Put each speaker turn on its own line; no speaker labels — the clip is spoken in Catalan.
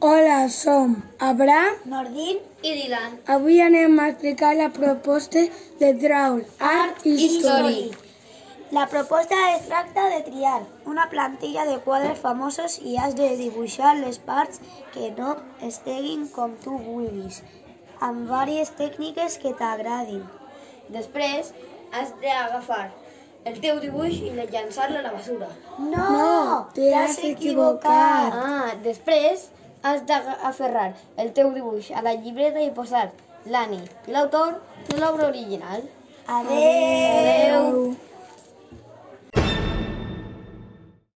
Hola, som Abraham.
Nordin i Dylan.
Avui anem a explicar la proposta de Draul, Art Històric.
La proposta es tracta de triar una plantilla de quadres famosos i has de dibuixar les parts que no esteguin com tu vulguis, amb diverses tècniques que t'agradin.
Després has d'agafar el teu dibuix i de llançar-lo a la basura.
No,
No, t'has equivocat.
Ah, després has d'aferrar el teu dibuix a la llibreta i posar l'ani i l'autor de l'obra original.
Adeu.
Adeu.